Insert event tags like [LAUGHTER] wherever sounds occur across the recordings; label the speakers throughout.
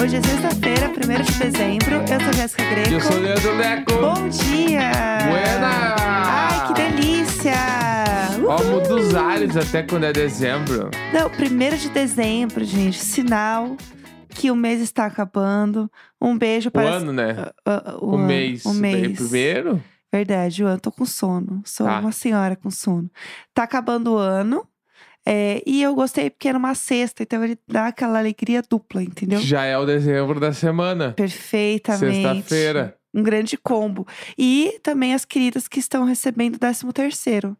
Speaker 1: Hoje é sexta-feira, 1 de dezembro. Eu sou Jéssica Greco.
Speaker 2: Eu sou o Leandro Neco.
Speaker 1: Bom dia!
Speaker 2: Buena!
Speaker 1: Ai, que delícia!
Speaker 2: Ó,
Speaker 1: Uhul!
Speaker 2: muda os ares até quando é dezembro.
Speaker 1: Não, 1 de dezembro, gente, sinal que o mês está acabando. Um beijo para...
Speaker 2: O ano, né?
Speaker 1: Ah, ah,
Speaker 2: O,
Speaker 1: ano,
Speaker 2: mês.
Speaker 1: O
Speaker 2: Daí
Speaker 1: mês.
Speaker 2: primeiro?
Speaker 1: Verdade, o ano. Tô com sono. Sou
Speaker 2: Tá.
Speaker 1: uma senhora com sono. Tá acabando o ano. é, e eu gostei porque era uma sexta, então ele dá aquela alegria dupla,
Speaker 2: [LAUGHS]
Speaker 1: entendeu?
Speaker 2: Já é o dezembro da semana.
Speaker 1: Perfeitamente.
Speaker 2: Sexta-feira.
Speaker 1: Um grande combo. E também as queridas que estão recebendo o 13 terceiro.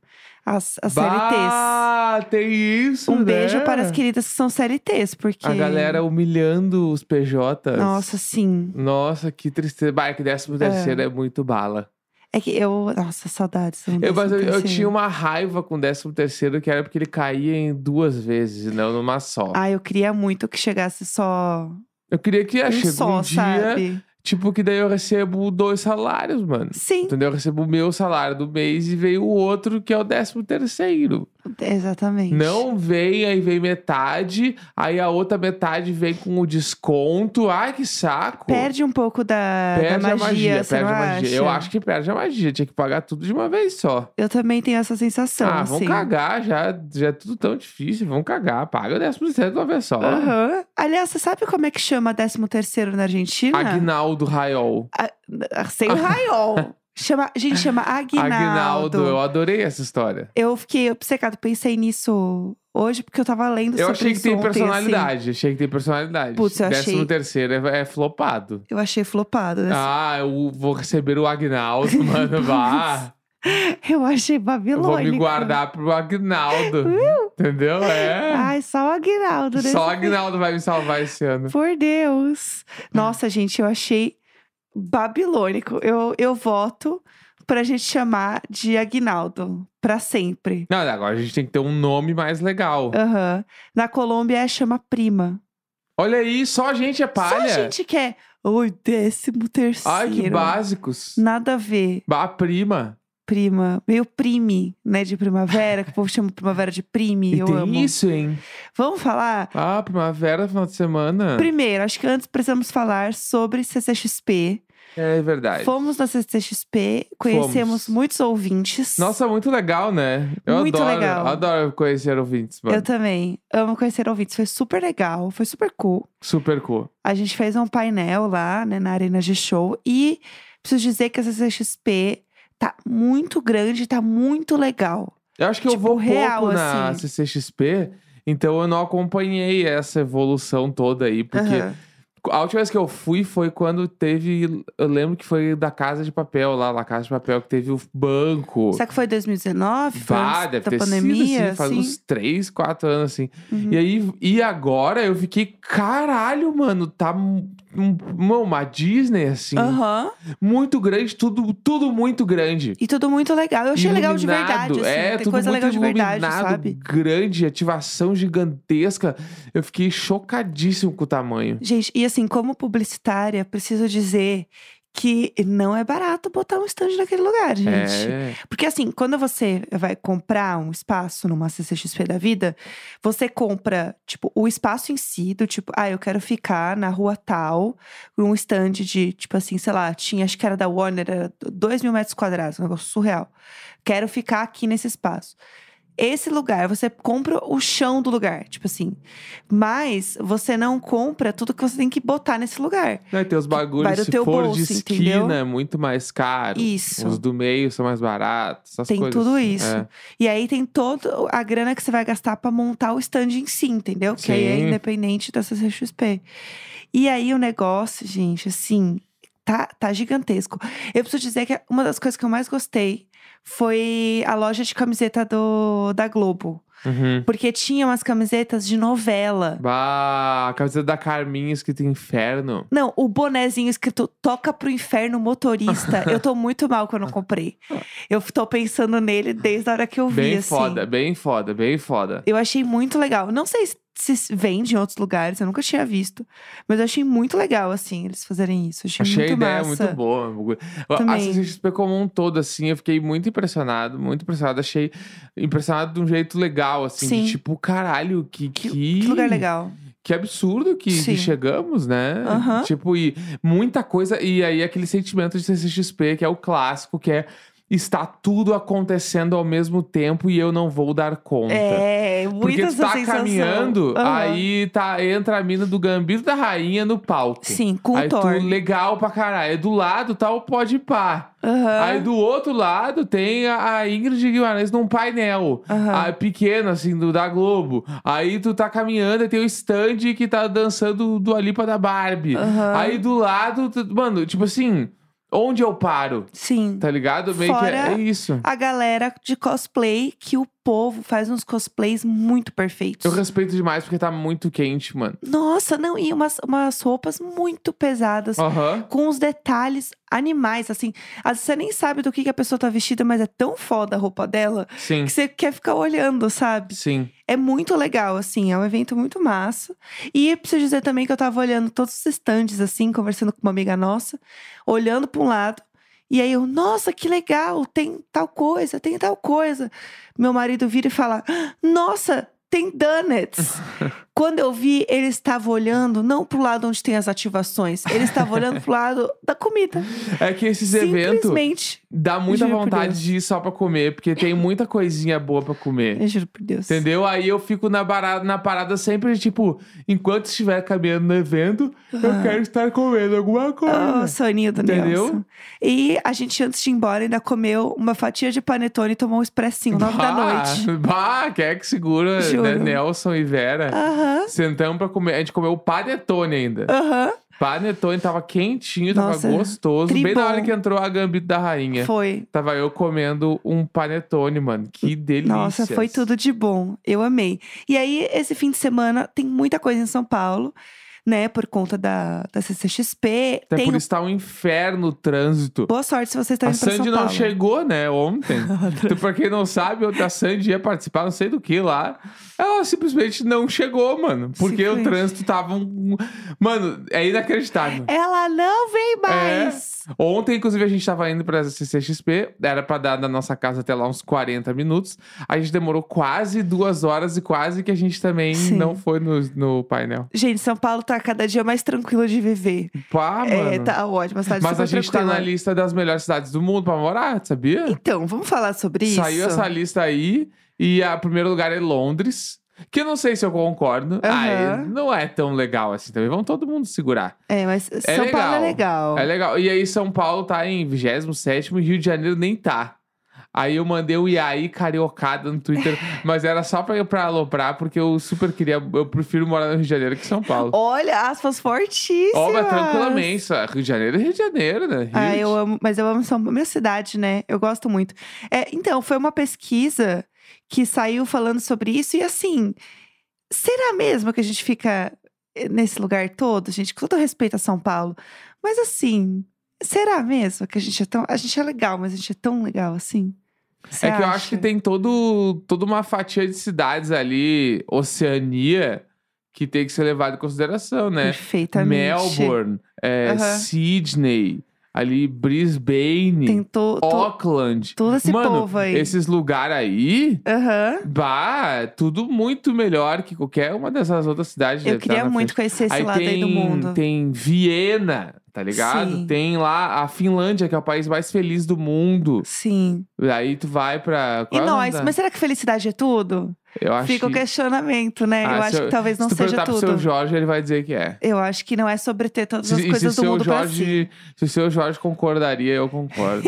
Speaker 1: As, as CLTs.
Speaker 2: Ah, tem isso,
Speaker 1: Um
Speaker 2: né?
Speaker 1: beijo para as queridas que são CLTs, porque...
Speaker 2: A galera humilhando os PJs.
Speaker 1: Nossa, sim.
Speaker 2: Nossa, que tristeza. Bah, que décimo terceiro é muito bala.
Speaker 1: É que eu... Nossa, saudades. do
Speaker 2: Eu, mas eu, eu
Speaker 1: 13º.
Speaker 2: tinha uma raiva com o décimo terceiro, que era porque ele caía em duas vezes, e não numa só.
Speaker 1: Ah, eu queria muito que chegasse só...
Speaker 2: Eu queria que ah,
Speaker 1: um
Speaker 2: chega
Speaker 1: só,
Speaker 2: um dia,
Speaker 1: sabe?
Speaker 2: tipo, que daí eu recebo dois salários, mano.
Speaker 1: Sim,
Speaker 2: Entendeu? Eu recebo o meu salário do mês e veio o outro, que é o décimo terceiro.
Speaker 1: exatamente.
Speaker 2: Não vem, aí vem metade, aí a outra metade vem com o desconto. Ai, que saco.
Speaker 1: Perde um pouco da, da
Speaker 2: Perde a
Speaker 1: magia,
Speaker 2: magia,
Speaker 1: você
Speaker 2: perde
Speaker 1: não
Speaker 2: a magia. Eu
Speaker 1: acha?
Speaker 2: acho que perde a magia, tinha que pagar tudo de uma vez só.
Speaker 1: Eu também tenho essa sensação,
Speaker 2: ah,
Speaker 1: assim.
Speaker 2: vão cagar, já, já é tudo tão difícil, vão cagar, paga o décimo terceiro de uma vez só.
Speaker 1: Aham. Aliás, você sabe como é que chama 13 terceiro na Argentina?
Speaker 2: Agnaldo Raiol.
Speaker 1: Ah, Sem o raiol. chama, gente, chama Aguinaldo.
Speaker 2: Agnaldo, eu adorei essa história.
Speaker 1: Eu fiquei obcecado, pensei nisso hoje, porque eu tava lendo
Speaker 2: Eu
Speaker 1: sobre
Speaker 2: achei que
Speaker 1: isso
Speaker 2: tem
Speaker 1: ontem, assim.
Speaker 2: personalidade. Achei que tem personalidade.
Speaker 1: Putz, eu
Speaker 2: Décimo
Speaker 1: achei.
Speaker 2: terceiro é, é flopado.
Speaker 1: Eu achei flopado. né?
Speaker 2: Ah, eu vou receber o Agnaldo, mano. Vá.
Speaker 1: [LAUGHS] Eu achei
Speaker 2: Eu
Speaker 1: babilônico. né?
Speaker 2: vou me guardar pro
Speaker 1: [LAUGHS]
Speaker 2: Agnaldo. Entendeu? É.
Speaker 1: Ai, só o Aguinaldo, né?
Speaker 2: Só o Agnaldo vai me salvar esse ano.
Speaker 1: Por Deus. Nossa, gente, eu achei babilônico. Eu, eu voto pra gente chamar de Aguinaldo pra sempre.
Speaker 2: Não, agora a gente tem que ter um nome mais legal.
Speaker 1: Aham. Na Colômbia é chama prima.
Speaker 2: Olha aí, só a gente é palha.
Speaker 1: Só a gente quer o décimo terceiro.
Speaker 2: Ai, que básicos.
Speaker 1: Nada a ver,
Speaker 2: A prima.
Speaker 1: prima. Meio prime, né? De primavera, que o povo chama primavera de prime.
Speaker 2: E
Speaker 1: eu
Speaker 2: tem
Speaker 1: amo.
Speaker 2: isso, hein?
Speaker 1: Vamos falar?
Speaker 2: Ah, primavera, final de semana.
Speaker 1: Primeiro, acho que antes precisamos falar sobre CCXP.
Speaker 2: É verdade.
Speaker 1: Fomos na CCXP, conhecemos
Speaker 2: Fomos.
Speaker 1: muitos ouvintes.
Speaker 2: Nossa, muito legal, né? Eu
Speaker 1: Muito
Speaker 2: adoro,
Speaker 1: legal.
Speaker 2: adoro conhecer ouvintes, mano.
Speaker 1: Eu também. Amo conhecer ouvintes. Foi super legal, foi super cool.
Speaker 2: Super cool.
Speaker 1: A gente fez um painel lá, né, na Arena de Show. E preciso dizer que a CCXP tá muito grande, tá muito legal.
Speaker 2: Eu acho que
Speaker 1: Tipo,
Speaker 2: eu vou
Speaker 1: real,
Speaker 2: pouco na
Speaker 1: assim.
Speaker 2: CCXP, então eu não acompanhei essa evolução toda aí, porque
Speaker 1: Aham.
Speaker 2: a última vez que eu fui foi quando teve, eu lembro que foi da Casa de Papel lá, lá Casa de Papel, que teve o banco.
Speaker 1: Será que foi 2019? Foi
Speaker 2: Vá,
Speaker 1: antes
Speaker 2: deve
Speaker 1: da
Speaker 2: ter sido,
Speaker 1: pandemia?
Speaker 2: assim, faz
Speaker 1: assim?
Speaker 2: uns 3, 4 anos, assim.
Speaker 1: Uhum.
Speaker 2: E aí, e agora eu fiquei, caralho, mano, tá um- um- uma Disney, assim,
Speaker 1: Aham.
Speaker 2: muito grande, tudo, tudo muito grande.
Speaker 1: E tudo muito legal. Eu achei legal de
Speaker 2: Iluminado,
Speaker 1: verdade. Assim.
Speaker 2: é,
Speaker 1: Tem
Speaker 2: tudo
Speaker 1: coisa
Speaker 2: muito
Speaker 1: legal de verdade,
Speaker 2: iluminado,
Speaker 1: sabe?
Speaker 2: grande, ativação gigantesca. Eu fiquei chocadíssimo com o tamanho.
Speaker 1: Gente, e assim, como publicitária, preciso dizer que não é barato botar um stand naquele lugar, gente.
Speaker 2: É,
Speaker 1: Porque assim, quando você vai comprar um espaço numa CCXP da vida, você compra, tipo, o espaço em si, do tipo, ah, eu quero ficar na rua tal, num stand de, tipo assim, sei lá, tinha, acho que era da Warner, era 2 mil metros quadrados, um negócio surreal. Quero ficar aqui nesse espaço. Esse lugar, você compra o chão do lugar, tipo assim. Mas você não compra tudo que você tem que botar nesse lugar.
Speaker 2: né, tem os
Speaker 1: vai
Speaker 2: bagulhos,
Speaker 1: do
Speaker 2: se
Speaker 1: teu
Speaker 2: for de
Speaker 1: bolso,
Speaker 2: esquina,
Speaker 1: entendeu?
Speaker 2: é muito mais caro.
Speaker 1: Isso.
Speaker 2: Os do meio são mais baratos, essas
Speaker 1: Tem
Speaker 2: coisas.
Speaker 1: tudo
Speaker 2: assim.
Speaker 1: isso.
Speaker 2: É.
Speaker 1: E aí tem toda a grana que você vai gastar pra montar o stand em si, entendeu? Que aí é
Speaker 2: Sim.
Speaker 1: independente da CCXP. E aí o negócio, gente, assim, tá, tá gigantesco. Eu preciso dizer que uma das coisas que eu mais gostei foi a loja de camiseta do, da Globo.
Speaker 2: Uhum.
Speaker 1: Porque tinha umas camisetas de novela.
Speaker 2: Bah, a camiseta da Carminha escrita inferno.
Speaker 1: Não, o bonezinho escrito Toca pro inferno motorista.
Speaker 2: [LAUGHS]
Speaker 1: eu tô muito mal que eu não comprei. Eu tô pensando nele desde a hora que eu vi,
Speaker 2: Bem
Speaker 1: assim.
Speaker 2: foda, bem foda, bem foda.
Speaker 1: Eu achei muito legal. Não sei se- se vende em outros lugares, eu nunca tinha visto. Mas eu achei muito legal, assim, eles fazerem isso. Achei,
Speaker 2: Achei
Speaker 1: muito
Speaker 2: a ideia
Speaker 1: massa.
Speaker 2: muito boa. o bagulho. A
Speaker 1: Também.
Speaker 2: CCXP como um todo, assim, eu fiquei muito impressionado, muito impressionado. Achei impressionado de um jeito legal, assim,
Speaker 1: Sim.
Speaker 2: de tipo, caralho, que,
Speaker 1: Que,
Speaker 2: que...
Speaker 1: que lugar legal.
Speaker 2: Que absurdo que, que
Speaker 1: Sim.
Speaker 2: chegamos, né?
Speaker 1: Aham.
Speaker 2: Tipo, e muita coisa. E aí, aquele sentimento de CCXP, que é o clássico, que é está tudo acontecendo ao mesmo tempo e eu não vou dar conta.
Speaker 1: É,
Speaker 2: Porque
Speaker 1: muita
Speaker 2: tu tá
Speaker 1: essa sensação.
Speaker 2: caminhando,
Speaker 1: Aham.
Speaker 2: aí tá, entra a mina do gambito da rainha no palco.
Speaker 1: Sim, com
Speaker 2: aí
Speaker 1: o Thor.
Speaker 2: tu, legal pra caralho. Do lado tá o pode pá.
Speaker 1: Aham.
Speaker 2: Aí do outro lado tem a a Ingrid Guimarães num painel.
Speaker 1: Aham.
Speaker 2: a pequena, assim, do da Globo. Aí tu tá caminhando e tem o stand que tá dançando do Alipa da Barbie.
Speaker 1: Aham.
Speaker 2: Aí do lado, tu- mano, tipo assim, onde eu paro?
Speaker 1: Sim.
Speaker 2: Tá ligado? Meio que é,
Speaker 1: Fora-
Speaker 2: é isso.
Speaker 1: A galera de cosplay, que o povo faz uns cosplays muito perfeitos.
Speaker 2: Eu respeito demais porque tá muito quente, mano.
Speaker 1: Nossa, não, e umas, umas roupas muito pesadas.
Speaker 2: Aham.
Speaker 1: Com os detalhes animais, assim. Às vezes você nem sabe do que, que a pessoa tá vestida, mas é tão foda a roupa dela
Speaker 2: Sim.
Speaker 1: que você quer ficar olhando, sabe?
Speaker 2: Sim.
Speaker 1: É muito legal, assim, é um evento muito massa. E eu preciso dizer também que eu tava olhando todos os stands, assim, conversando com uma amiga nossa, olhando pra um lado. E aí eu, nossa, que legal, tem tal coisa, tem tal coisa. Meu marido vira e fala, "Ah, nossa, tem donuts. Quando eu vi, ele estava olhando não pro lado onde tem as ativações, ele estava olhando pro lado da comida.
Speaker 2: É que esses eventos
Speaker 1: Simplesmente.
Speaker 2: dá muita
Speaker 1: Juro por
Speaker 2: vontade
Speaker 1: Deus.
Speaker 2: de ir só pra comer, porque tem muita coisinha boa pra comer.
Speaker 1: Eu juro por Deus.
Speaker 2: Entendeu? Aí eu fico na, barada, na parada sempre, tipo, enquanto estiver caminhando no evento, eu
Speaker 1: Ah.
Speaker 2: quero estar comendo alguma
Speaker 1: Ah,
Speaker 2: coisa.
Speaker 1: o soninho do
Speaker 2: Entendeu?
Speaker 1: Nelson. E a gente, antes de ir embora, ainda comeu uma fatia de panetone e tomou um expressinho, nove da
Speaker 2: Bah,
Speaker 1: noite.
Speaker 2: Bah, quer que segura, né,
Speaker 1: Juro. Ah.
Speaker 2: Nelson e Vera.
Speaker 1: Aham,
Speaker 2: Sentamos pra comer. A gente comeu panetone ainda.
Speaker 1: aham.
Speaker 2: Panetone tava quentinho, tava
Speaker 1: Ah. Nossa,
Speaker 2: gostoso. Bem na
Speaker 1: tribom.
Speaker 2: hora que entrou a gambito da rainha.
Speaker 1: Foi.
Speaker 2: Tava eu comendo um panetone, mano. Que delícia.
Speaker 1: Nossa, foi tudo de bom. Eu amei. E aí, esse fim de semana, tem muita coisa em São Paulo, né? Por conta da, da CCXP.
Speaker 2: Até
Speaker 1: tem
Speaker 2: por isso tá um inferno o trânsito.
Speaker 1: Boa sorte se você está
Speaker 2: a
Speaker 1: indo pra São
Speaker 2: Sandy
Speaker 1: Paulo.
Speaker 2: não chegou, né,
Speaker 1: [LAUGHS]
Speaker 2: ontem. Então, pra quem não sabe, ontem a Sandy ia participar, não sei do que lá. Ela simplesmente não chegou, mano. Porque o
Speaker 1: Simplesmente.
Speaker 2: trânsito tava um. Mano, é inacreditável.
Speaker 1: Ela não
Speaker 2: É.
Speaker 1: vem mais!
Speaker 2: Ontem, inclusive, a gente tava indo pra CCXP. Era pra dar da nossa casa até lá uns 40 minutos. A gente demorou quase duas horas e quase que a gente também
Speaker 1: Sim.
Speaker 2: não foi no, no painel.
Speaker 1: Gente, São Paulo tá cada dia mais tranquilo de viver.
Speaker 2: Pá,
Speaker 1: é,
Speaker 2: Ah, mano.
Speaker 1: tá ótimo, a cidade
Speaker 2: Mas
Speaker 1: super
Speaker 2: a gente tá
Speaker 1: tranquila.
Speaker 2: na lista das melhores cidades do mundo pra morar, sabia?
Speaker 1: Então, vamos falar sobre isso?
Speaker 2: Saiu essa lista aí e a primeiro lugar é Londres. Que eu não sei se eu concordo. Ah,
Speaker 1: Aham.
Speaker 2: não é tão legal assim também. Vamos todo mundo segurar.
Speaker 1: É, mas São Paulo é legal.
Speaker 2: É legal. E aí São Paulo tá em 27 e Rio de Janeiro nem tá. Aí eu mandei o Iaí cariocada no
Speaker 1: [LAUGHS]
Speaker 2: Twitter, mas era só pra, pra aloprar, porque eu super queria. Eu prefiro morar no Rio de Janeiro que São Paulo.
Speaker 1: Olha, aspas fortíssimas.
Speaker 2: Ó, mas tranquilamente. só Rio de Janeiro é Rio de Janeiro, né? Rio
Speaker 1: Ah,
Speaker 2: de-
Speaker 1: eu amo, mas eu amo São Paulo, minha cidade, né? Eu gosto muito. É, então, foi uma pesquisa que saiu falando sobre isso e assim, será mesmo que a gente fica eh, nesse lugar todo, gente? Com todo respeito a São Paulo, mas assim, será mesmo que a gente é tão, a gente é legal, mas a gente é tão legal assim? Você
Speaker 2: É que eu
Speaker 1: acha?
Speaker 2: acho que tem todo, toda uma fatia de cidades ali, Oceania, que tem que ser levado em consideração, né?
Speaker 1: perfeitamente.
Speaker 2: Melbourne, é,
Speaker 1: Aham.
Speaker 2: Sydney, ali Brisbane,
Speaker 1: Tem to, to-
Speaker 2: Auckland.
Speaker 1: todo esse
Speaker 2: Mano,
Speaker 1: povo aí.
Speaker 2: esses lugares aí,
Speaker 1: Aham.
Speaker 2: bah, tudo muito melhor que qualquer uma dessas outras cidades.
Speaker 1: Eu
Speaker 2: deve estar
Speaker 1: queria
Speaker 2: tá na
Speaker 1: muito
Speaker 2: frente.
Speaker 1: conhecer esse
Speaker 2: Aí
Speaker 1: lado
Speaker 2: tem,
Speaker 1: aí do mundo.
Speaker 2: tem Viena, tá ligado?
Speaker 1: Sim.
Speaker 2: Tem lá a Finlândia, que é o país mais feliz do mundo.
Speaker 1: Sim.
Speaker 2: Aí tu vai pra.
Speaker 1: E
Speaker 2: qual é o nome
Speaker 1: nós,
Speaker 2: da-
Speaker 1: mas será que felicidade é tudo?
Speaker 2: Eu acho
Speaker 1: Fica o
Speaker 2: que...
Speaker 1: questionamento, né?
Speaker 2: Ah,
Speaker 1: eu
Speaker 2: se
Speaker 1: acho
Speaker 2: eu-
Speaker 1: que talvez não
Speaker 2: se tu
Speaker 1: seja
Speaker 2: perguntar pro seu
Speaker 1: tudo.
Speaker 2: Jorge, ele vai dizer que é.
Speaker 1: Eu acho que não é sobre ter todas
Speaker 2: Se,
Speaker 1: as
Speaker 2: e se o
Speaker 1: coisas do
Speaker 2: seu
Speaker 1: mundo pra si.
Speaker 2: Jorge, se o seu Jorge concordaria, eu
Speaker 1: [LAUGHS]
Speaker 2: concordo.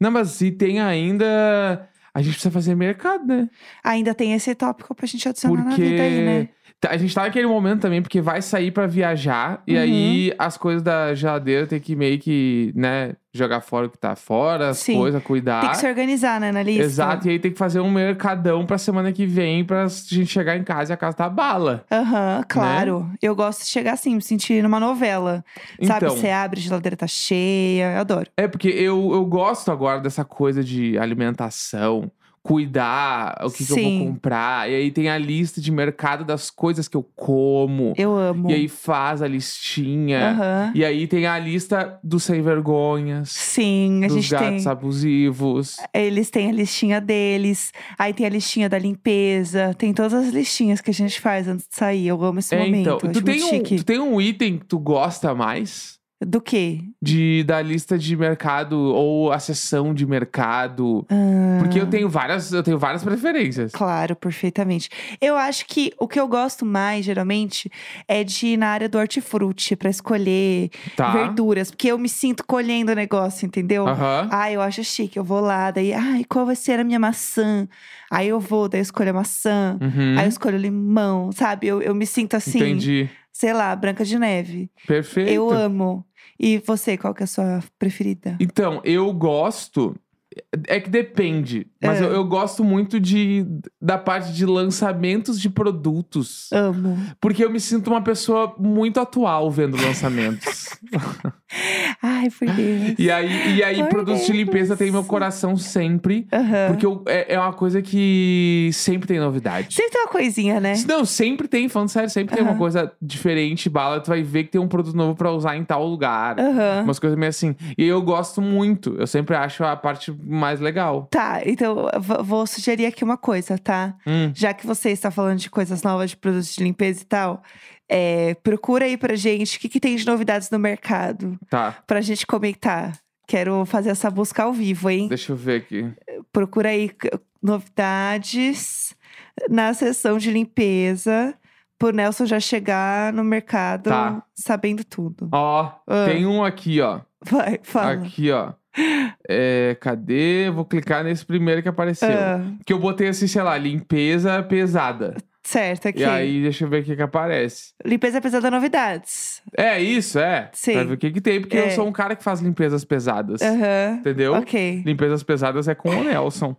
Speaker 2: não, mas se tem ainda, a gente precisa fazer mercado, né?
Speaker 1: Ainda tem esse tópico pra gente adicionar na
Speaker 2: porque
Speaker 1: vida aí, né?
Speaker 2: tá- a gente tá naquele momento também porque vai sair pra viajar e
Speaker 1: Uhum.
Speaker 2: aí as coisas da geladeira tem que meio que, né, jogar fora o que tá fora, as
Speaker 1: Sim.
Speaker 2: coisas, cuidar.
Speaker 1: Tem que se organizar, né, na lista?
Speaker 2: Exato, e aí tem que fazer um mercadão pra semana que vem pra gente chegar em casa e a casa tá bala.
Speaker 1: Aham,
Speaker 2: Né?
Speaker 1: claro. Eu gosto de chegar assim, me sentir numa novela. Sabe,
Speaker 2: então,
Speaker 1: você abre, a geladeira tá cheia. Eu adoro.
Speaker 2: É, porque eu, eu gosto agora dessa coisa de alimentação, cuidar, o que, que eu vou
Speaker 1: Sim.
Speaker 2: comprar. E aí tem a lista de mercado das coisas que eu como.
Speaker 1: Eu amo.
Speaker 2: E aí é, faz a listinha.
Speaker 1: Aham.
Speaker 2: E aí tem a lista dos sem vergonhas,
Speaker 1: Sim, a
Speaker 2: dos
Speaker 1: gente tem.
Speaker 2: gatos abusivos.
Speaker 1: Eles têm a listinha deles, aí tem a listinha da limpeza, tem todas as listinhas que a gente faz antes de sair. Eu amo esse
Speaker 2: É,
Speaker 1: momento.
Speaker 2: então,
Speaker 1: acho
Speaker 2: tu tem,
Speaker 1: muito
Speaker 2: um,
Speaker 1: chique.
Speaker 2: tu tem um item que tu gosta mais
Speaker 1: Do quê?
Speaker 2: de da lista de mercado ou a sessão de mercado?
Speaker 1: Ah,
Speaker 2: Porque eu tenho várias, eu tenho várias preferências.
Speaker 1: Claro, perfeitamente. Eu acho que o que eu gosto mais, geralmente, é de ir na área do hortifruti pra escolher
Speaker 2: Tá.
Speaker 1: verduras, porque eu me sinto colhendo o negócio, entendeu?
Speaker 2: Aham.
Speaker 1: Ah, eu acho chique, eu vou lá, daí, ai, qual vai ser a minha maçã? Aí eu vou, daí eu escolho a maçã,
Speaker 2: Uhum.
Speaker 1: aí eu escolho o limão, sabe? Eu, eu me sinto assim,
Speaker 2: Entendi.
Speaker 1: sei lá, Branca de Neve.
Speaker 2: Perfeito.
Speaker 1: Eu amo. E você, qual que é a sua preferida?
Speaker 2: Então, eu gosto. É que depende. Mas
Speaker 1: É.
Speaker 2: eu, eu gosto muito de, da parte de lançamentos de produtos.
Speaker 1: Amo.
Speaker 2: Porque eu me sinto uma pessoa muito atual vendo lançamentos.
Speaker 1: Ai, por Deus.
Speaker 2: e aí, e aí
Speaker 1: Por
Speaker 2: produtos de limpeza
Speaker 1: Deus.
Speaker 2: tem meu coração sempre.
Speaker 1: Aham.
Speaker 2: Porque eu- é, é uma coisa que sempre tem novidade.
Speaker 1: Sempre tem uma coisinha, né?
Speaker 2: Não, sempre tem, falando sério, sempre tem uma
Speaker 1: Aham.
Speaker 2: coisa diferente, bala. Tu vai ver que tem um produto novo pra usar em tal lugar.
Speaker 1: Aham.
Speaker 2: Umas coisas meio assim. E eu gosto muito. Eu sempre acho a parte mais legal.
Speaker 1: Tá, então eu v- vou sugerir aqui uma coisa, tá?
Speaker 2: Hum.
Speaker 1: Já que você está falando de coisas novas, de produtos de limpeza e tal, é, procura aí pra gente o que, que tem de novidades no mercado
Speaker 2: Tá,
Speaker 1: pra gente comentar. Quero fazer essa busca ao vivo, hein?
Speaker 2: deixa eu ver aqui.
Speaker 1: Procura aí c- novidades na sessão de limpeza. Pro Nelson já chegar no mercado
Speaker 2: Tá.
Speaker 1: sabendo tudo.
Speaker 2: Ó,
Speaker 1: Ah.
Speaker 2: tem um aqui, ó.
Speaker 1: Vai, fala.
Speaker 2: Aqui, ó. É, cadê? Vou clicar nesse primeiro que apareceu.
Speaker 1: Ah,
Speaker 2: Que eu botei assim, sei lá, limpeza pesada.
Speaker 1: certo, aqui.
Speaker 2: E aí, deixa eu ver o que que aparece.
Speaker 1: Limpeza é pesada novidades.
Speaker 2: É isso, é.
Speaker 1: Sim.
Speaker 2: Pra ver o que que tem, porque eu
Speaker 1: É.
Speaker 2: sou um cara que faz limpezas pesadas.
Speaker 1: Aham.
Speaker 2: Entendeu?
Speaker 1: Ok. Ah.
Speaker 2: Limpezas pesadas é com o Nelson.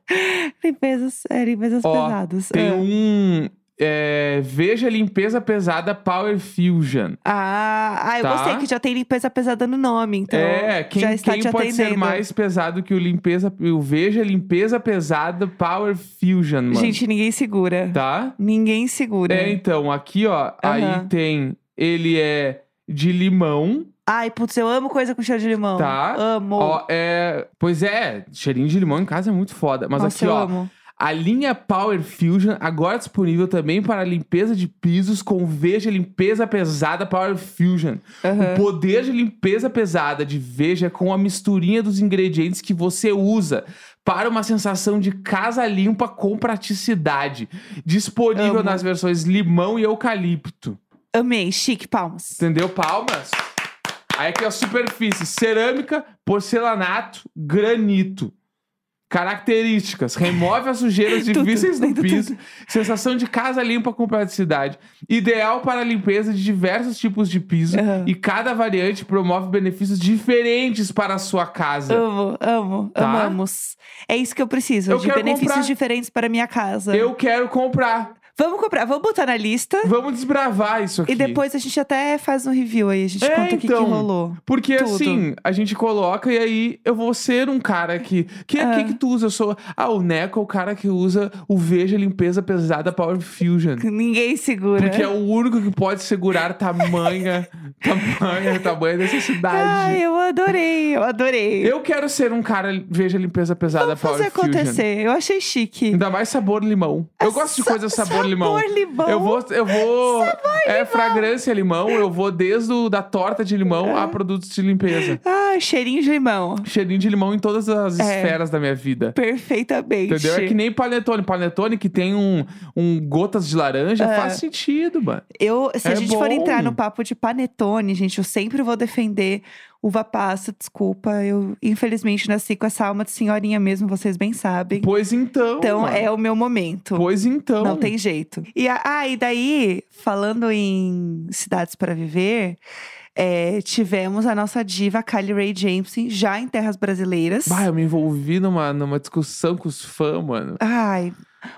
Speaker 1: Limpezas, é, limpezas
Speaker 2: Ó,
Speaker 1: pesadas.
Speaker 2: Tem
Speaker 1: Ah.
Speaker 2: um... é, Veja limpeza pesada Power Fusion.
Speaker 1: Ah, ah, eu
Speaker 2: Tá.
Speaker 1: gostei que já tem limpeza pesada no nome, então.
Speaker 2: é, quem,
Speaker 1: já está
Speaker 2: quem
Speaker 1: te
Speaker 2: pode
Speaker 1: atendendo.
Speaker 2: ser mais pesado que o limpeza... O Veja limpeza pesada Power Fusion, mano.
Speaker 1: Gente, ninguém segura.
Speaker 2: Tá?
Speaker 1: Ninguém segura.
Speaker 2: É, então, aqui, ó, aí
Speaker 1: Aham.
Speaker 2: tem. Ele é de limão,
Speaker 1: Ai, putz, eu amo coisa com cheiro de limão.
Speaker 2: Tá.
Speaker 1: Amo.
Speaker 2: ó, é. Pois é, cheirinho de limão em casa é muito foda. Mas
Speaker 1: Nossa,
Speaker 2: aqui,
Speaker 1: eu
Speaker 2: ó,
Speaker 1: amo.
Speaker 2: a linha Power Fusion, agora disponível também para limpeza de pisos com Veja Limpeza Pesada Power Fusion.
Speaker 1: Aham.
Speaker 2: O poder de limpeza pesada de Veja é com a misturinha dos ingredientes que você usa para uma sensação de casa limpa com praticidade. Disponível
Speaker 1: Amo.
Speaker 2: nas versões limão e eucalipto.
Speaker 1: Amei, chique, palmas.
Speaker 2: Entendeu? Palmas. Aí aqui é a superfície: cerâmica, porcelanato, granito. Características: remove as sujeiras
Speaker 1: [LAUGHS] Tudo,
Speaker 2: difíceis do
Speaker 1: tudo,
Speaker 2: piso, sensação de casa limpa com praticidade. Ideal para a limpeza de diversos tipos de piso
Speaker 1: Aham.
Speaker 2: e cada variante promove benefícios diferentes para a sua casa.
Speaker 1: Amo, amo,
Speaker 2: Tá.
Speaker 1: amamos. É isso que eu preciso,
Speaker 2: Eu
Speaker 1: de
Speaker 2: quero
Speaker 1: benefícios
Speaker 2: comprar.
Speaker 1: diferentes para minha casa.
Speaker 2: Eu quero comprar.
Speaker 1: Vamos comprar, vamos botar na lista.
Speaker 2: Vamos desbravar isso aqui.
Speaker 1: E depois a gente até faz um review aí, a gente
Speaker 2: É,
Speaker 1: conta o que, que
Speaker 2: então.
Speaker 1: rolou.
Speaker 2: Porque
Speaker 1: Tudo.
Speaker 2: assim, a gente coloca e aí eu vou ser um cara que. Que,
Speaker 1: Ah.
Speaker 2: que que tu usa? Eu sou. Ah, o Neco é o cara que usa o Veja Limpeza Pesada Power Fusion.
Speaker 1: Que né? Ninguém segura.
Speaker 2: Porque é o único que pode segurar
Speaker 1: [LAUGHS]
Speaker 2: tamanha, tamanha, tamanha necessidade.
Speaker 1: Ai, eu adorei, eu adorei.
Speaker 2: Eu quero ser um cara Veja Limpeza Pesada
Speaker 1: Vamos
Speaker 2: Power
Speaker 1: fazer
Speaker 2: Fusion.
Speaker 1: acontecer, eu achei chique.
Speaker 2: Ainda mais sabor limão. Eu gosto de
Speaker 1: Sa-
Speaker 2: coisa sabor, limão.
Speaker 1: Sabor limão.
Speaker 2: Eu vou, eu vou. é fragrância limão. Eu vou desde o, da torta de limão
Speaker 1: É.
Speaker 2: a produtos de limpeza.
Speaker 1: Ah, cheirinho de limão.
Speaker 2: Cheirinho de limão em todas as
Speaker 1: É.
Speaker 2: esferas da minha vida.
Speaker 1: Perfeitamente.
Speaker 2: Entendeu? É que nem panetone. Panetone que tem um, um gotas de laranja
Speaker 1: É.
Speaker 2: faz sentido, mano.
Speaker 1: Eu, se
Speaker 2: É
Speaker 1: a gente for
Speaker 2: bom.
Speaker 1: entrar no papo de panetone, gente, eu sempre vou defender uva passa, desculpa. Eu, infelizmente, nasci com essa alma de senhorinha mesmo, vocês bem sabem.
Speaker 2: Pois então.
Speaker 1: então,
Speaker 2: mano.
Speaker 1: é o meu momento.
Speaker 2: Pois então.
Speaker 1: Não tem jeito. E, a- ah, e daí, falando em cidades para viver, É, tivemos a nossa diva Kylie Ray Jepsen já em terras brasileiras.
Speaker 2: Bah, eu me envolvi numa, numa discussão com os fãs, mano.
Speaker 1: Ai,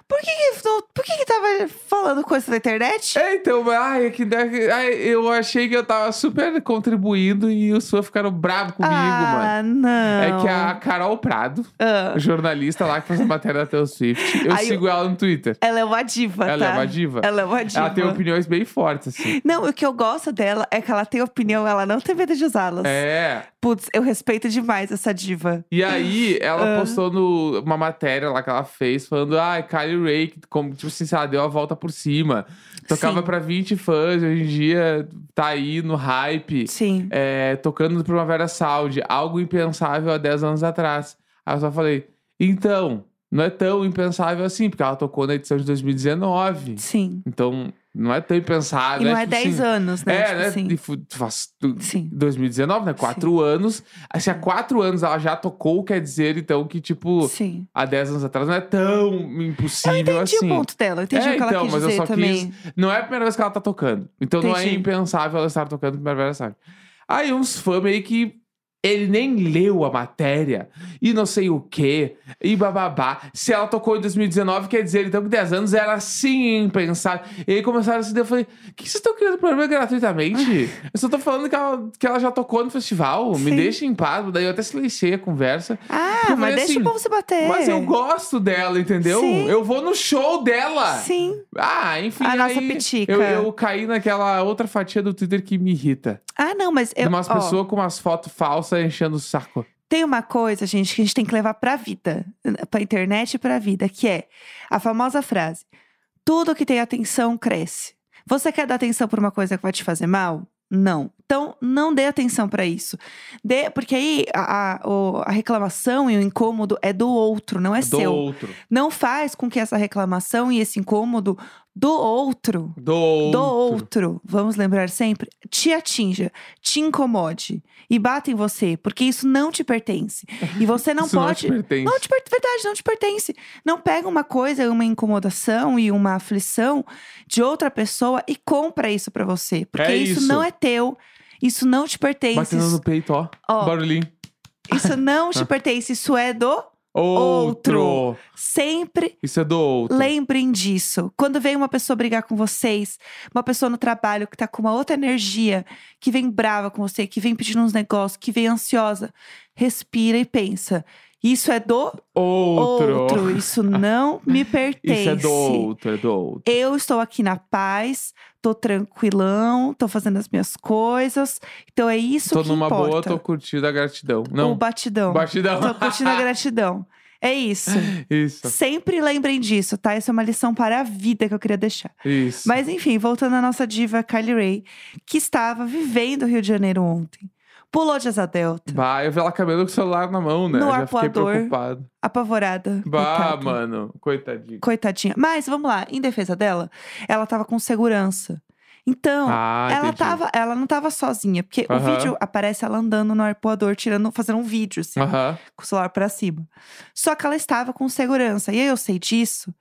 Speaker 1: por que que, não- por que que tava falando coisa da internet?
Speaker 2: É, então, mas, ai, é que, é que- ai, eu achei que eu tava super contribuindo e os fãs ficaram bravos É comigo, mano.
Speaker 1: ah, não.
Speaker 2: É que a Carol Prado,
Speaker 1: Ah,
Speaker 2: jornalista lá que faz a matéria da Taylor Swift, eu
Speaker 1: Ai, eu-
Speaker 2: sigo ela no Twitter.
Speaker 1: ela é uma diva,
Speaker 2: Ela é
Speaker 1: tá?
Speaker 2: uma diva.
Speaker 1: Ela é uma diva.
Speaker 2: Ela tem opiniões bem fortes, assim.
Speaker 1: Não, o que eu gosto dela é que ela tem opinião, ela não tem medo de usá-las.
Speaker 2: É.
Speaker 1: Putz, eu respeito demais essa diva.
Speaker 2: E aí,
Speaker 1: É.
Speaker 2: ela postou no, uma matéria lá que ela fez, falando, ah, Kylie Ray, que como, tipo assim, sei lá, deu a volta por cima. Tocava
Speaker 1: Sim.
Speaker 2: pra 20 fãs, hoje em dia tá aí no hype.
Speaker 1: Sim.
Speaker 2: é, tocando no Primavera Sound, algo impensável há 10 anos atrás. Aí eu só falei, então, não é tão impensável assim, porque ela tocou na edição de 2019.
Speaker 1: Sim.
Speaker 2: Então, não é tão impensável.
Speaker 1: E não é
Speaker 2: tipo
Speaker 1: 10
Speaker 2: assim,
Speaker 1: anos, né?
Speaker 2: É,
Speaker 1: Tipo
Speaker 2: né?
Speaker 1: assim.
Speaker 2: E fu- faz tu-
Speaker 1: Sim.
Speaker 2: 2019, né? Quatro anos. Aí, Se há quatro anos ela já tocou, quer dizer, então, que, tipo,
Speaker 1: Sim.
Speaker 2: há 10 anos atrás não é tão impossível
Speaker 1: Entendi
Speaker 2: assim.
Speaker 1: o ponto dela, entendi
Speaker 2: É,
Speaker 1: o que ela
Speaker 2: então,
Speaker 1: quis
Speaker 2: mas eu
Speaker 1: dizer
Speaker 2: só quis-
Speaker 1: também.
Speaker 2: Não é a primeira vez que ela tá tocando. Então não é
Speaker 1: Entendi.
Speaker 2: impensável ela estar tocando Primavera Sound. Aí uns fãs meio que. Ele nem leu a matéria. E não sei o quê. E bababá. Se ela tocou em 2019, quer dizer, então, que 10 anos era sim impensável. E aí começaram a se. Eu falei: o que vocês estão criando problema
Speaker 1: [LAUGHS]
Speaker 2: gratuitamente? eu só tô falando que ela, que ela já tocou no festival. Me
Speaker 1: Sim.
Speaker 2: deixa em paz. Daí eu até silenciei a conversa.
Speaker 1: Ah,
Speaker 2: Eu
Speaker 1: mas
Speaker 2: falei
Speaker 1: deixa
Speaker 2: assim,
Speaker 1: o povo se bater.
Speaker 2: Mas eu gosto dela, entendeu?
Speaker 1: É. Sim.
Speaker 2: Eu vou no show dela.
Speaker 1: Sim.
Speaker 2: Ah, enfim.
Speaker 1: A nossa
Speaker 2: aí
Speaker 1: petica.
Speaker 2: Eu, eu caí naquela outra fatia do Twitter que me irrita.
Speaker 1: Ah, não, mas
Speaker 2: de
Speaker 1: eu.
Speaker 2: umas
Speaker 1: ó,
Speaker 2: pessoas com umas fotos falsas enchendo o saco.
Speaker 1: Tem uma coisa, gente, que a gente tem que levar pra vida, pra internet e pra vida, que é a famosa frase: tudo que tem atenção cresce. Você quer dar atenção pra uma coisa que vai te fazer mal? Não. Então, não dê atenção pra isso. Dê, porque aí a, a- o- a reclamação e o incômodo é do outro, não é
Speaker 2: do
Speaker 1: seu.
Speaker 2: outro.
Speaker 1: Não faz com que essa reclamação e esse incômodo do outro
Speaker 2: Do outro.
Speaker 1: do outro, vamos lembrar sempre, te atinja, te incomode e bata em você, porque isso não te pertence.
Speaker 2: [LAUGHS]
Speaker 1: E você não
Speaker 2: Isso
Speaker 1: pode.
Speaker 2: não te pertence.
Speaker 1: Não te pertence, verdade, não te pertence. Não pega uma coisa, uma incomodação e uma aflição de outra pessoa e compra isso pra você, porque
Speaker 2: É
Speaker 1: isso.
Speaker 2: isso.
Speaker 1: não é teu. Isso não te pertence.
Speaker 2: Batendo no
Speaker 1: Isso,
Speaker 2: peito, ó.
Speaker 1: ó,
Speaker 2: Barulhinho. [LAUGHS]
Speaker 1: isso não te pertence. Isso é do
Speaker 2: Outro.
Speaker 1: outro. sempre
Speaker 2: Isso é do outro.
Speaker 1: Lembrem disso. Quando vem uma pessoa brigar com vocês, uma pessoa no trabalho que tá com uma outra energia, que vem brava com você, que vem pedindo uns negócios, que vem ansiosa, respira e pensa. Isso é do
Speaker 2: Outro.
Speaker 1: outro.
Speaker 2: [LAUGHS]
Speaker 1: Isso não me pertence.
Speaker 2: Isso é do outro, é do outro.
Speaker 1: Eu estou aqui na paz, tô tranquilão, tô fazendo as minhas coisas. Então é isso
Speaker 2: tô
Speaker 1: que
Speaker 2: numa boa,
Speaker 1: importa.
Speaker 2: tô curtindo a gratidão.
Speaker 1: O
Speaker 2: Não,
Speaker 1: batidão.
Speaker 2: batidão.
Speaker 1: Tô curtindo a gratidão.
Speaker 2: [LAUGHS]
Speaker 1: É isso.
Speaker 2: Isso,
Speaker 1: Sempre lembrem disso, tá? Essa é uma lição para a vida que eu queria deixar.
Speaker 2: isso.
Speaker 1: Mas enfim, voltando à nossa diva Kylie Ray, que estava vivendo o Rio de Janeiro ontem. Pulou de asa delta,
Speaker 2: Bah, eu vi ela cabelo com o celular na mão, né?
Speaker 1: No
Speaker 2: Já fiquei
Speaker 1: arpoador.
Speaker 2: preocupado.
Speaker 1: apavorada.
Speaker 2: Bah,
Speaker 1: coitada.
Speaker 2: mano. Coitadinho.
Speaker 1: Coitadinha. Mas vamos lá, em defesa dela, ela tava com segurança. Então,
Speaker 2: ah,
Speaker 1: ela,
Speaker 2: entendi.
Speaker 1: tava, ela não tava sozinha, porque o
Speaker 2: Aham.
Speaker 1: vídeo aparece ela andando no arpoador, tirando, fazendo um vídeo, assim.
Speaker 2: Aham.
Speaker 1: com o celular pra cima. Só que ela estava com segurança. E aí eu sei disso,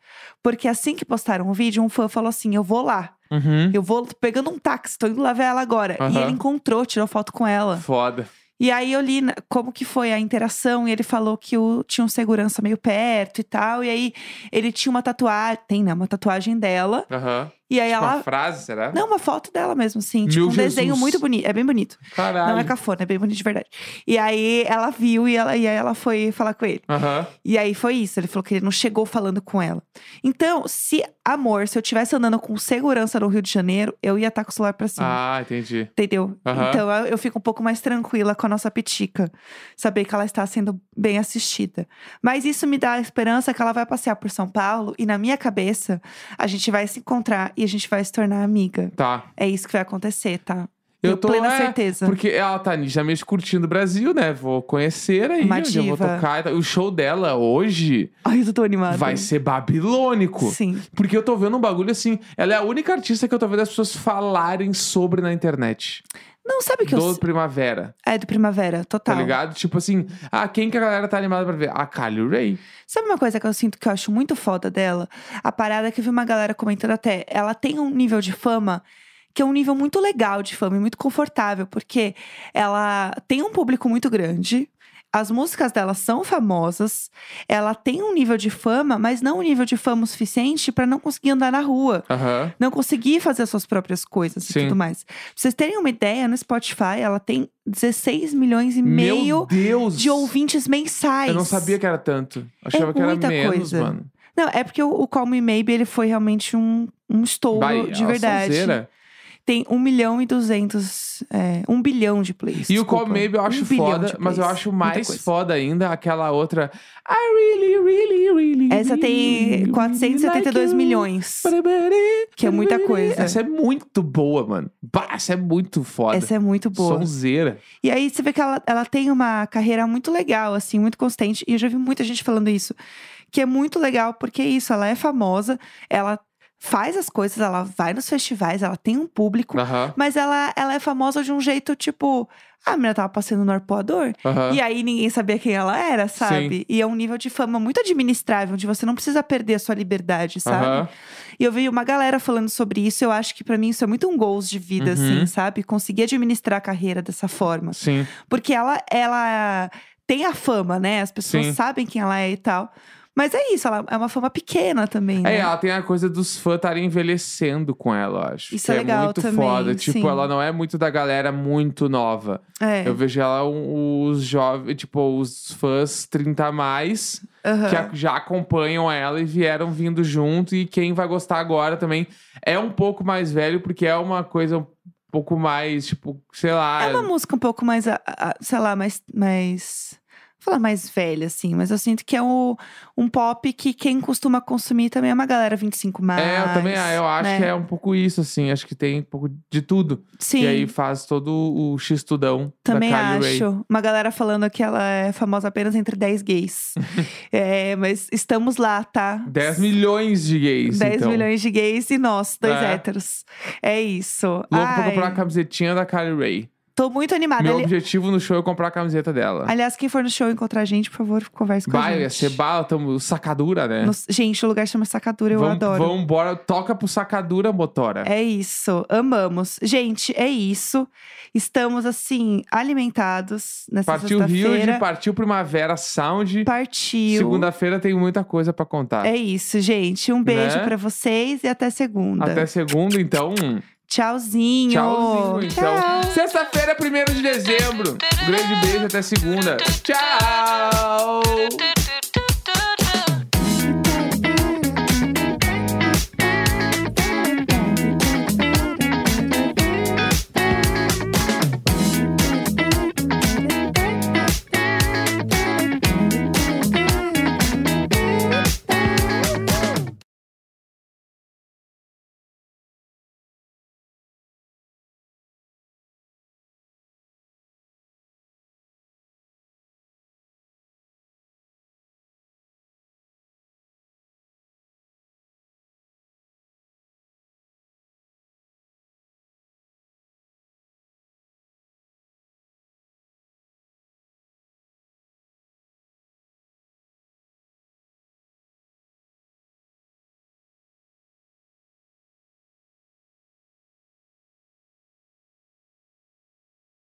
Speaker 1: porque assim que postaram o vídeo, um fã falou assim: Eu vou lá,
Speaker 2: Uhum.
Speaker 1: eu vou tô pegando um táxi, tô indo lá ver ela agora. E
Speaker 2: Aham.
Speaker 1: ele encontrou, tirou foto com ela.
Speaker 2: Foda.
Speaker 1: E aí eu li na- como que foi a interação, e ele falou que o, tinha um segurança meio perto e tal. E aí ele tinha uma tatuagem, tem né, uma tatuagem dela.
Speaker 2: Aham.
Speaker 1: E aí
Speaker 2: Tipo,
Speaker 1: ela.
Speaker 2: Uma frase, será?
Speaker 1: Não, uma foto dela mesmo, assim.
Speaker 2: Meu
Speaker 1: Tipo, um desenho
Speaker 2: Jesus.
Speaker 1: muito bonito. É bem bonito.
Speaker 2: Caralho.
Speaker 1: Não é cafona, é bem bonito de verdade. E aí ela viu e, ela, e aí ela foi falar com ele.
Speaker 2: Aham.
Speaker 1: E aí foi isso, ele falou que ele não chegou falando com ela. Então, se, amor, se eu tivesse andando com um segurança no Rio de Janeiro, eu ia estar com o celular pra cima.
Speaker 2: Ah, entendi.
Speaker 1: Entendeu?
Speaker 2: Aham.
Speaker 1: Então eu, eu fico um pouco mais tranquila com a nossa petica. Saber que ela está sendo bem assistida. Mas isso me dá a esperança que ela vai passear por São Paulo e, na minha cabeça, a gente vai se encontrar e a gente vai se tornar amiga.
Speaker 2: Tá.
Speaker 1: É isso que vai acontecer, tá?
Speaker 2: Eu
Speaker 1: Tenho
Speaker 2: tô-
Speaker 1: plena
Speaker 2: é,
Speaker 1: certeza.
Speaker 2: Porque ela tá nitidamente curtindo o Brasil, né? Vou conhecer aí,
Speaker 1: Uma
Speaker 2: onde eu vou
Speaker 1: diva.
Speaker 2: tocar. e tal. O show dela hoje
Speaker 1: Ai, eu tô animada.
Speaker 2: vai ser babilônico.
Speaker 1: Sim.
Speaker 2: Porque eu tô vendo um bagulho assim. Ela é a única artista que eu tô vendo as pessoas falarem sobre na internet.
Speaker 1: Não, sabe que
Speaker 2: do
Speaker 1: eu.
Speaker 2: Primavera,
Speaker 1: É do Primavera,
Speaker 2: tá
Speaker 1: total.
Speaker 2: ligado? Tipo assim, ah, quem que a galera tá animada pra ver? A Kylie Ray.
Speaker 1: Sabe uma coisa que eu sinto que eu acho muito foda dela? A parada que eu vi uma galera comentando até. Ela tem um nível de fama que é um nível muito legal de fama e muito confortável, porque ela tem um público muito grande. As músicas dela são famosas, ela tem um nível de fama, mas não um nível de fama o suficiente para não conseguir andar na rua
Speaker 2: Aham.
Speaker 1: não conseguir fazer as suas próprias coisas
Speaker 2: Sim.
Speaker 1: e tudo mais. Pra vocês terem uma ideia, no Spotify ela tem 16 milhões e meio
Speaker 2: Meu Deus!
Speaker 1: de ouvintes mensais.
Speaker 2: Eu não sabia que era tanto. Achava que era
Speaker 1: muita
Speaker 2: menos,
Speaker 1: coisa.
Speaker 2: mano.
Speaker 1: Não, é porque o, o Call Me Maybe ele foi realmente um, um estouro
Speaker 2: Vai, é
Speaker 1: de
Speaker 2: uma
Speaker 1: verdade.
Speaker 2: sonzeira.
Speaker 1: Tem 1 milhão e 200, é, 1 bilhão de plays.
Speaker 2: E o
Speaker 1: desculpa.
Speaker 2: Call Maybe eu
Speaker 1: Um
Speaker 2: acho
Speaker 1: bilhão
Speaker 2: foda,
Speaker 1: de
Speaker 2: mas eu
Speaker 1: plays.
Speaker 2: acho
Speaker 1: Muita
Speaker 2: mais
Speaker 1: coisa.
Speaker 2: foda ainda aquela outra. I really, really, really.
Speaker 1: Essa tem
Speaker 2: really,
Speaker 1: 472
Speaker 2: like you.
Speaker 1: milhões, que é muita coisa.
Speaker 2: Essa é muito boa, mano. Bah, essa é muito foda.
Speaker 1: Essa é muito boa.
Speaker 2: Sonzeira.
Speaker 1: E aí você vê que ela, ela tem uma carreira muito legal, assim, muito constante. E eu já vi muita gente falando isso. Que é muito legal, porque é isso, ela é famosa, ela faz as coisas, ela vai nos festivais, ela tem um público.
Speaker 2: Aham.
Speaker 1: Mas ela, ela é famosa de um jeito, tipo... Ah, a menina tava passando no arpoador.
Speaker 2: Aham.
Speaker 1: E aí ninguém sabia quem ela era, sabe? E é um nível de fama muito administrável, onde você não precisa perder a sua liberdade, sabe?
Speaker 2: Aham.
Speaker 1: E eu vi uma galera falando sobre isso. Eu acho que pra mim isso é muito um goals de
Speaker 2: Uhum.
Speaker 1: vida, assim, sabe? Conseguir administrar a carreira dessa forma.
Speaker 2: Sim.
Speaker 1: Porque ela, ela tem a fama, né? As pessoas
Speaker 2: Sim.
Speaker 1: sabem quem ela é e tal. Mas é isso, ela é uma fama pequena também,
Speaker 2: É,
Speaker 1: né?
Speaker 2: ela tem a coisa dos fãs estarem envelhecendo com ela, eu acho.
Speaker 1: Isso
Speaker 2: que
Speaker 1: é legal
Speaker 2: muito
Speaker 1: também,
Speaker 2: foda. Tipo,
Speaker 1: sim.
Speaker 2: ela não é muito da galera muito nova.
Speaker 1: É,
Speaker 2: Eu vejo ela um- os jovens, tipo, os fãs 30 a mais
Speaker 1: aham.
Speaker 2: que a- já acompanham ela e vieram vindo junto. E quem vai gostar agora também é um pouco mais velho, porque é uma coisa um pouco mais, tipo, sei lá.
Speaker 1: É uma música um pouco mais, a- a- sei lá, mais. mais... vou Falar mais velha, assim, mas eu sinto que é o- um pop que quem costuma consumir também é uma galera 25 mais. né?
Speaker 2: É, eu também eu acho que é um pouco isso, assim. Acho que tem um pouco de tudo.
Speaker 1: Sim.
Speaker 2: E aí faz todo o X-tudão
Speaker 1: Também
Speaker 2: da Kylie Ray.
Speaker 1: acho. Uma galera falando que ela é famosa apenas entre
Speaker 2: [LAUGHS]
Speaker 1: 10 gays. é, mas estamos lá, tá?
Speaker 2: 10 milhões de gays,
Speaker 1: 10
Speaker 2: então.
Speaker 1: milhões de gays e nós, dois
Speaker 2: É.
Speaker 1: héteros. É isso.
Speaker 2: Louco pra
Speaker 1: Ai, Ah,
Speaker 2: comprar a camisetinha da Kylie Ray.
Speaker 1: Tô muito animada.
Speaker 2: Meu
Speaker 1: Ali-
Speaker 2: objetivo no show é comprar a camiseta dela.
Speaker 1: Aliás, quem for no show encontrar a gente, por favor, converse com a
Speaker 2: Bah,
Speaker 1: gente.
Speaker 2: ia ser bala, tamo sacadura, né?
Speaker 1: No- Gente, o lugar chama Sacadura, eu
Speaker 2: vamos,
Speaker 1: adoro.
Speaker 2: Vamos embora, toca pro sacadura, motora.
Speaker 1: É isso, amamos. Gente, é isso. Estamos, assim, alimentados nessa
Speaker 2: partiu Hilde,
Speaker 1: sexta-feira.
Speaker 2: partiu Primavera Sound.
Speaker 1: Partiu.
Speaker 2: Segunda-feira tem muita coisa pra contar.
Speaker 1: É isso, gente. Um beijo
Speaker 2: Né?
Speaker 1: pra vocês e até segunda.
Speaker 2: Até segunda, então.
Speaker 1: Tchauzinho.
Speaker 2: Tchauzinho, então.
Speaker 1: Tchau.
Speaker 2: Sexta-feira, 1 de dezembro. Um grande beijo, até segunda. Tchau!